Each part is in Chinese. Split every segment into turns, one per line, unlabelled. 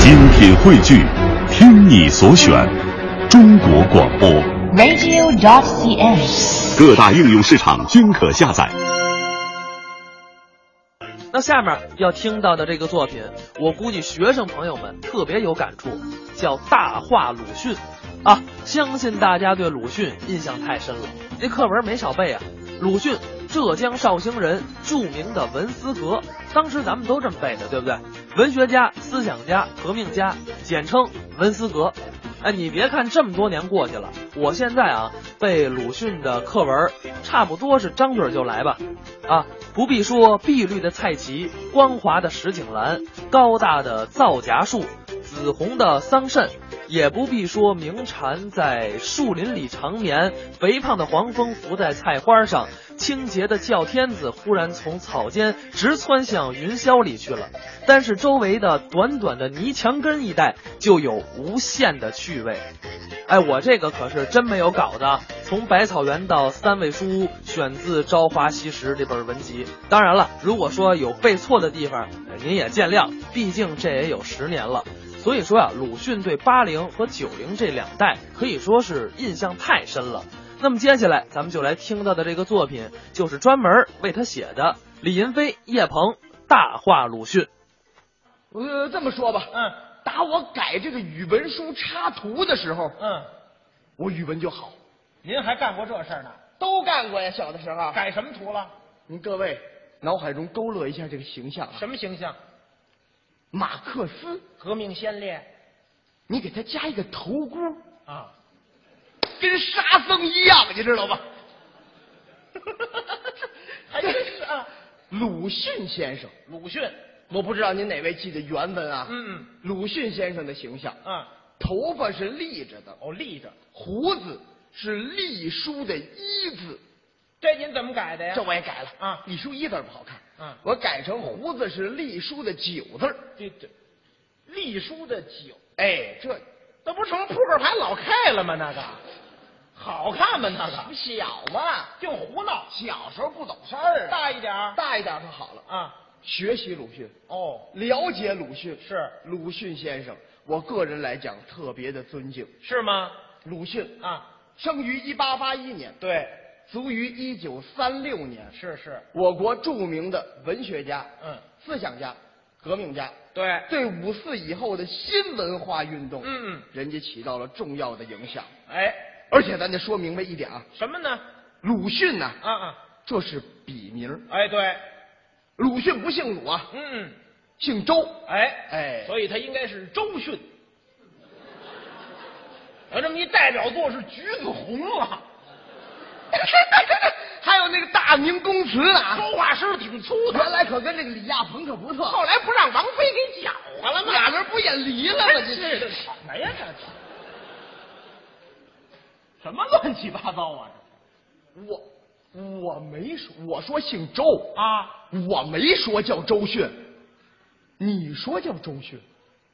精品汇聚，听你所选，中国广播。
radio.cn。
各大应用市场均可下载。
那下面要听到的这个作品，我估计学生朋友们特别有感触，叫《大话鲁迅》啊！相信大家对鲁迅印象太深了，这课文没少背啊。鲁迅，浙江绍兴人，著名的文思阁，当时咱们都这么背的，对不对？文学家、思想家、革命家，简称文思阁。哎，你别看这么多年过去了，我现在啊背鲁迅的课文，差不多是张嘴就来吧。啊，不必说碧绿的菜畦，光滑的石井栏，高大的皂荚树，紫红的桑葚，也不必说鸣蝉在树林里长眠，肥胖的黄蜂伏在菜花上，清洁的叫天子忽然从草间直窜向云霄里去了。但是周围的短短的泥墙根一带，就有无限的趣味。哎，我这个可是真没有搞的，从百草园到三味书屋，选自《朝花夕拾》这本文集。当然了，如果说有背错的地方，呃您也见谅，毕竟这也有十年了。所以说啊，鲁迅对八零和九零这两代可以说是印象太深了。那么接下来咱们就来听到的这个作品，就是专门为他写的，李银飞、叶鹏《大话鲁迅》。
呃，这么说吧，嗯，打我改这个语文书插图的时候，
嗯，
我语文就好，
您还干过这事儿呢？
都干过呀，小的时候。
改什么图了？
您各位脑海中勾勒一下这个形象啊，
什么形象？
马克思，
革命先烈
你给他加一个头箍，
啊！
跟沙僧一样，你知道吧？
还真是啊，
鲁迅先生，
鲁迅，
我不知道您哪位记得原文啊？
嗯嗯，
鲁迅先生的形象，
啊，
头发是立着的，
哦，立着，
胡子是隶书的一字。
这您怎么改的呀？
这我也改了
啊
隶书一字儿不好看，
嗯
我改成胡子是隶书的九字儿，
这这，隶书的九，
哎，这
那不是成扑克牌老开了吗？那个，好看吗？那个，
小嘛，
净胡闹，
小时候不懂事儿啊，
大一点儿
大一点儿就好了，
啊，
学习鲁迅，
哦，
了解鲁迅，
是
鲁迅先生，我个人来讲特别的尊敬
是吗？
鲁迅，
啊，
生于一八八一年，
对，
卒于一九三六年，
是是，
我国著名的文学家、
嗯，
思想家、革命家，
对，
对五四以后的新文化运动，
嗯嗯
人家起到了重要的影响。
哎，
而且咱得说明白一点啊，
什么呢？
鲁迅呐、
啊啊，
这是笔名，
哎，对，
鲁迅不姓鲁啊，
嗯，
姓周。
哎
哎
所以他应该是周迅。有这么一代表作是《橘子红》了，
还有那个大明宫词啊，
说话声挺粗的，
原来可跟这个李亚鹏可不特，
后来不让王菲给搅和了吗？
俩人不也离了吗？这
是这什么呀？这什么乱七八糟啊？
我我没说，我说姓周，
这啊，
我没说叫周迅，你说叫周迅，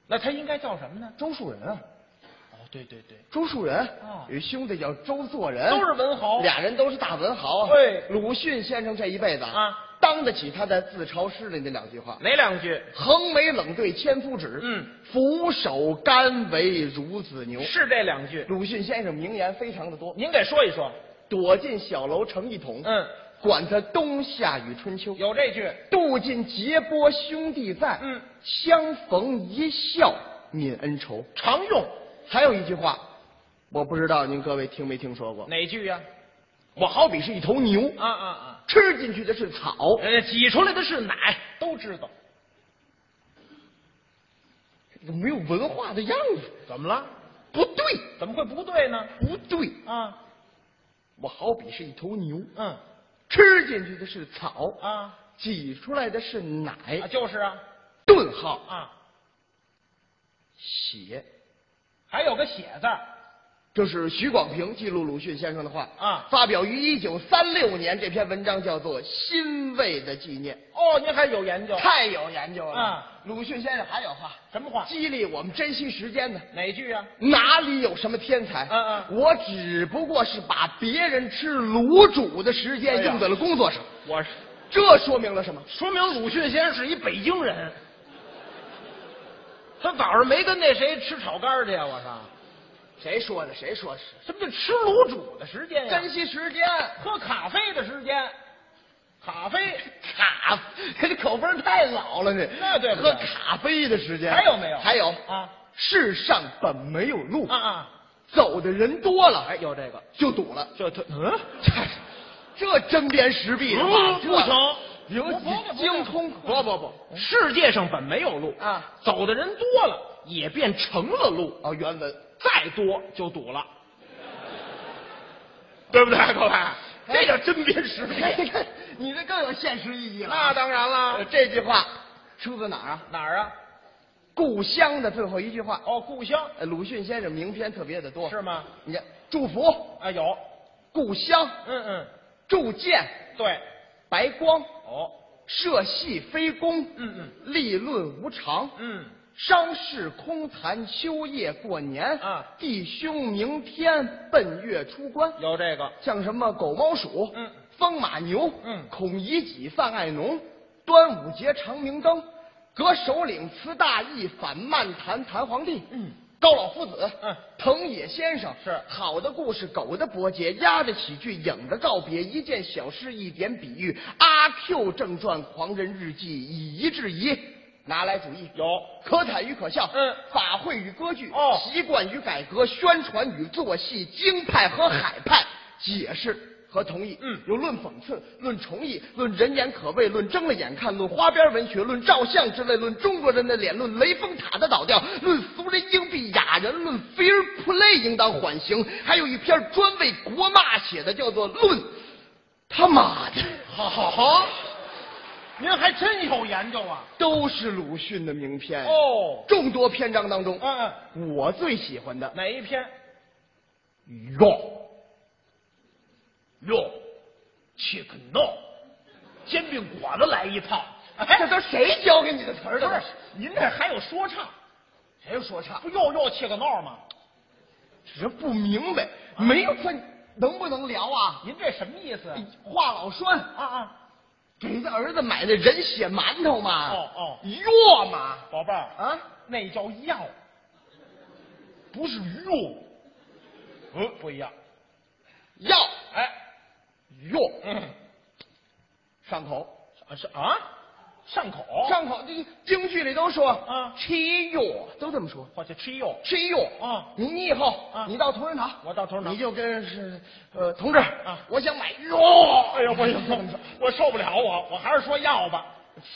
那他应该叫什么呢？
周树人啊。
哦，对对对，
周树人
哦，
有一兄弟叫周作人，
都是文豪
俩人都是大文豪啊。
对
鲁迅先生这一辈子
啊，
当得起他在自嘲诗里那两句话：
哪两句？
横眉冷对千夫指，
嗯，
俯首甘为孺子牛。
是这两句，
鲁迅先生名言非常的多，
您给说一说。
躲进小楼成一统，
嗯，
管他冬夏与春秋，
有这句，
渡尽劫波兄弟在，
嗯，
相逢一笑泯恩仇。
常用
还有一句话，我不知道您各位听没听说过。
哪句呀、
我好比是一头牛，
啊啊啊！
吃进去的是草，
呃，挤出来的是奶，都知道。
没有文化的样子，
怎么了？
不对，
怎么会不对呢？
不对。
啊，
我好比是一头牛，
嗯，
吃进去的是草，
啊，
挤出来的是
啊
奶。
就是啊，
顿号，
啊，
血。
还有个血字儿，
这是徐广平记录鲁迅先生的话
啊
发表于一九三六年，这篇文章叫做《欣慰的纪念
哦，您还有研究》，
太有研究了。
啊
鲁迅先生还有话，
什么话？
激励我们珍惜时间呢。
哪句啊？
哪里有什么天才？
嗯嗯
我只不过是把别人吃卤煮的时
哎
间
呀
用在了工作上，
我是
这说明了什么？
说明鲁迅先生是一北京人，他早上没跟那谁吃炒肝儿去啊呀？我说，
谁说的？谁说是？
什么叫吃卤煮的时间呀？
珍惜时间，
喝咖啡的时间，咖啡
咖，这口风太老了，这
那对不
喝
对
咖啡的时间
还有没有
还有
啊！
世上本没有路
啊，啊！
走的人多了，
哎，有这个，
就堵了。
这这嗯，
这针砭时弊的话，
嗯
这
不行
有
不不不
精通不不不
世界上本没有路
啊，
走的人多了也便成了路，
哦，原文
再多就堵了， 对不对，各位？这叫针砭时弊。
哎 你看你这更有现实意义了啊。
那当然
呃
了，
这句话出自哪儿啊？
哪儿啊？
故乡的最后一句话。
哦，故乡
呃鲁迅先生名篇特别的多，
是？吗？
你看，祝福、
啊，有，
故乡、
嗯嗯，
铸剑、
对，
白光、
哦，
社戏非攻，
嗯嗯，
立论无常，
嗯，
商事空谈，秋夜过年
啊
弟兄明天奔月出关，
有这个，
像什么狗猫鼠，
嗯，
风马牛，
嗯
孔乙己范爱农，端午节长明灯，革首领辞大义，反漫谈谈皇帝，嗯，高老夫子，
嗯
藤野先生
是
好的故事，狗的伯爵，鸭的喜剧，影的告别，一件小事，一点比喻，《阿 Q 正传》《狂人日记》，以一制一，拿来主义
有
可惨与可笑，
嗯
法会与歌剧，
哦
习惯与改革，宣传与做戏，京派和海派，解释和同意，
嗯
有论讽刺，论重义，论人言可畏，论睁了眼看，论花边文学，论照相之类，论中国人的脸，论雷峰塔的倒掉，论俗人应避雅人，论 fair play 应当缓刑，还有一篇专为国骂写的，叫做《论他妈的》，哦
好，您还真有研究啊。
都是鲁迅的名篇。
哦，
众多篇章当中，
嗯嗯，
哎我最喜欢的
哪一篇？
肉
肉，chicken no，煎饼果子来一套。
哎这都谁教给你的词
不
儿？这都
是
是，
您这还有说唱，
谁说唱？
不又又 chicken no 吗？
只是不明白，没有分，能不能聊啊？
您这什么意思？
话老栓
啊啊，
给他儿子买那人血馒头嘛，
哦哦
药嘛，
宝贝儿
啊，
那叫药，不是肉。嗯，不一样。
药
哎，
药
嗯，
上口，
啊是啊，上口，
上口，这京剧里都说，
啊
吃药都这么说，
我去吃药。
吃药
嗯
你你以后
嗯
你到同仁堂，
我到同仁堂
你就跟是呃同志
啊
我想买药，
哎呦，不行，我受不了啊我，我还是说药吧。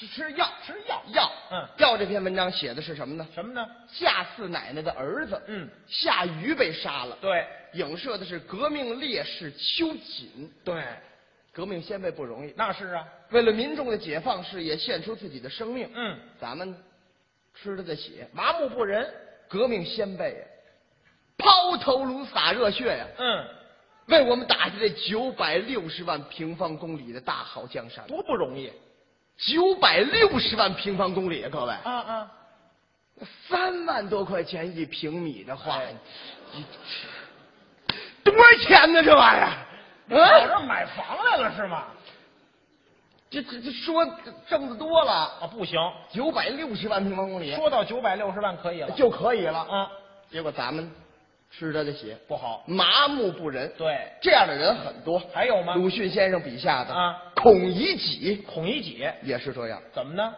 吃吃药
吃药
药，
嗯
药这篇文章写的是什么呢？
什么呢？
夏四奶奶的儿子，
嗯，
夏禹被杀了，
对
影射的是革命烈士秋瑾，
对，
革命先辈不容易，
那是啊。
为了民众的解放事业，献出自己的生命，
嗯，
咱们吃他的血，
麻木不仁。
革命先辈呀，抛头颅洒热血呀，
嗯，
为我们打下这九百六十万平方公里的大好江山，
多不容易。
九百六十万平方公里啊，各位，
啊啊，
三万多块钱一平米的话，
哎
你多少钱呢？这玩意儿，
跑这
啊，
儿买房来了是吗？
这这这说挣得多了，
啊，不行，
九百六十万平方公里
说到九百六十万可以了。
就可以了。
啊，
结果咱们吃他的血，
不好。
麻木不仁。
对，
这样的人很多。
还有吗
鲁迅先生笔下的
啊
孔乙己
孔乙己
也是这样。
怎么呢？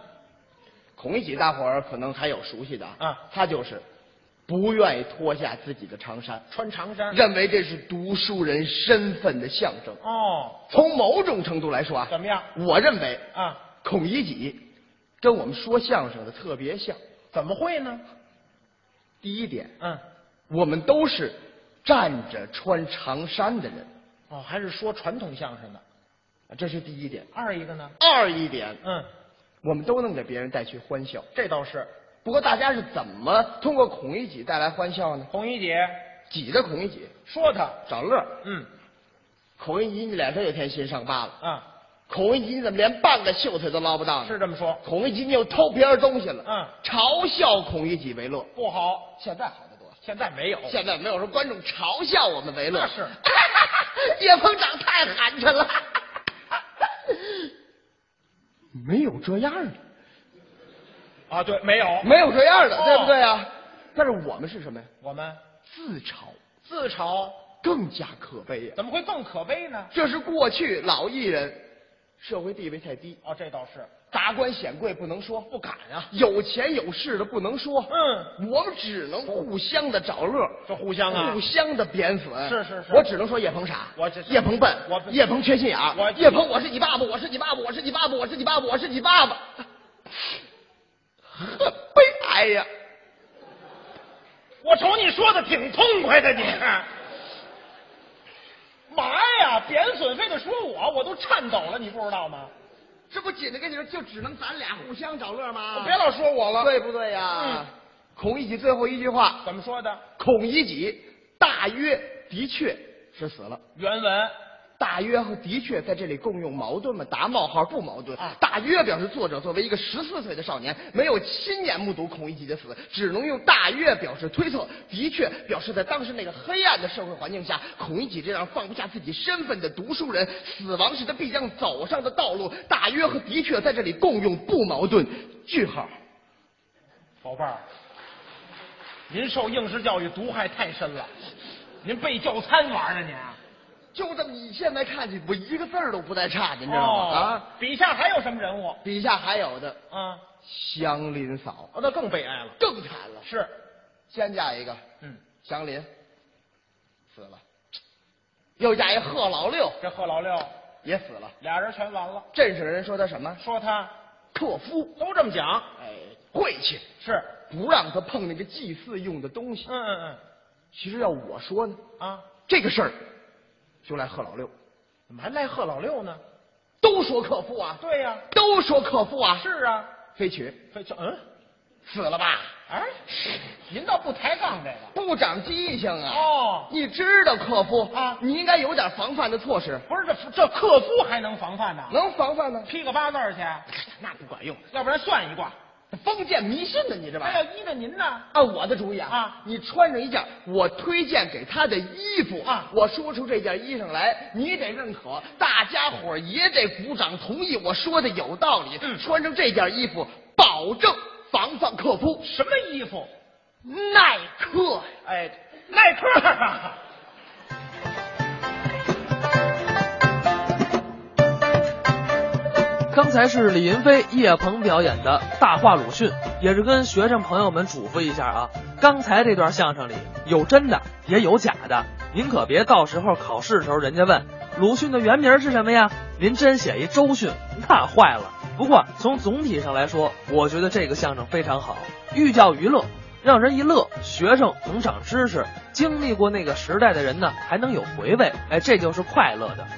孔乙己大伙儿可能还有熟悉的
啊
他就是不愿意脱下自己的长衫。
穿长衫。
认为这是读书人身份的象征。
哦，
从某种程度来说啊，
怎么样
我认为
啊，
孔乙己跟我们说相声的特别像。
怎么会呢？
第一点，
嗯，
我们都是站着穿长衫的人，
哦，还是说传统相声的。
这是第一点。
二一个呢？
二一点，
嗯，
我们都能给别人带去欢笑。
这倒是。
不过大家是怎么通过孔乙己带来欢笑呢？
孔乙己
挤着孔乙己
说他，
找乐儿，
嗯
孔乙己你脸上有天新上疤了。
啊，
孔乙己你怎么连半个秀才都捞不到呢？
是这么说，
孔乙己，你又偷别人东西了。
嗯哦
嘲笑孔乙己为乐。
不好。
现在好得多了，
现在没有。
现在没有说观众嘲笑我们为乐。
那是
叶鹏长太寒碜了。没有这样的，
啊，对，没有，
没有这样的，
哦
对不对啊？但是我们是什么呀？
我们
自嘲，
自嘲，
更加可悲呀、
怎么会更可悲呢？
这是过去老艺人社会地位太低，
哦，这倒是，
达官显贵不能说，
不敢啊。
有钱有势的不能说，
嗯，
我们只能互相的找乐，
这互相啊
互相的贬损，
是是是
我只能说叶鹏傻，
我这是
叶鹏笨，
我
叶鹏缺心眼儿
我
叶鹏我是你爸爸，我是你爸爸，我是你爸爸，我是你爸爸，我是你爸爸，很悲哀呀、
我瞅你说的挺痛快 的，你。嘛呀，贬损非得说我，我都颤抖了，你不知道吗？
这不紧着跟你说，就只能咱俩互相找乐吗？
别老说我了。
对不对呀、
嗯
孔乙己最后一句话，
怎么说的？
孔乙己大约的确是死了。
原文。
大约和的确在这里共用矛盾嘛，打冒号不矛盾
啊。
大约表示作者作为一个十四岁的少年，没有亲眼目睹孔乙己的死，只能用大约表示推测。的确表示在当时那个黑暗的社会环境下，孔乙己这样放不下自己身份的读书人，死亡时他必将走上的道路，大约和的确在这里共用不矛盾。句号。
宝贝儿，您受应试教育毒害太深了，您被教参玩呢您？啊
就这么，你现在看去，我一个字儿都不带差，您知道
哦
吗？啊，，
笔下还有什么人物？
底下还有的
啊，
祥林嫂
哦，那更悲哀了。
更惨了，
是，
先嫁一个，
嗯，
祥林死了，又嫁一贺老六
这贺老六
也死了。
俩人全完了，
镇上人说他什么？
说他
克夫，
都这么讲，
哎，晦气，
是，
不让他碰那个祭祀用的东西
嗯。嗯
其实要我说呢，
嗯，啊，
这个事儿就赖贺老六，
怎么还赖贺老六呢？
都说克夫啊，
对呀、
都说克夫啊，
是啊，
飞曲
非就嗯，
死了吧？
哎，您倒不抬杠这个，
不长记性啊！
哦
你知道克夫
啊
你应该有点防范的措施，
不是这这克夫还能防范呢？
能防范呢？
批个八字儿去，
那不管用，
要不然算一卦。
封建迷信呢，你这玩意
还
儿。
要依着您呢。
按我的主意啊，
啊
你穿上一件我推荐给他的衣服
啊
我说出这件衣裳来，你得认可，大家伙儿也得鼓掌同意我说的有道理。
嗯
穿上这件衣服，保证防范克夫，
什么衣服？
耐克呀。
哎，耐克啊！
刚才是李云飞、叶鹏表演的《大话鲁迅》，也是跟学生朋友们嘱咐一下啊。刚才这段相声里有真的，也有假的，您可别到时候考试的时候人家问鲁迅的原名是什么呀，您真写一周迅，那坏了。不过从总体上来说，我觉得这个相声非常好，寓教于乐，让人一乐，学生能长知识，经历过那个时代的人呢，还能有回味，哎，这就是快乐的。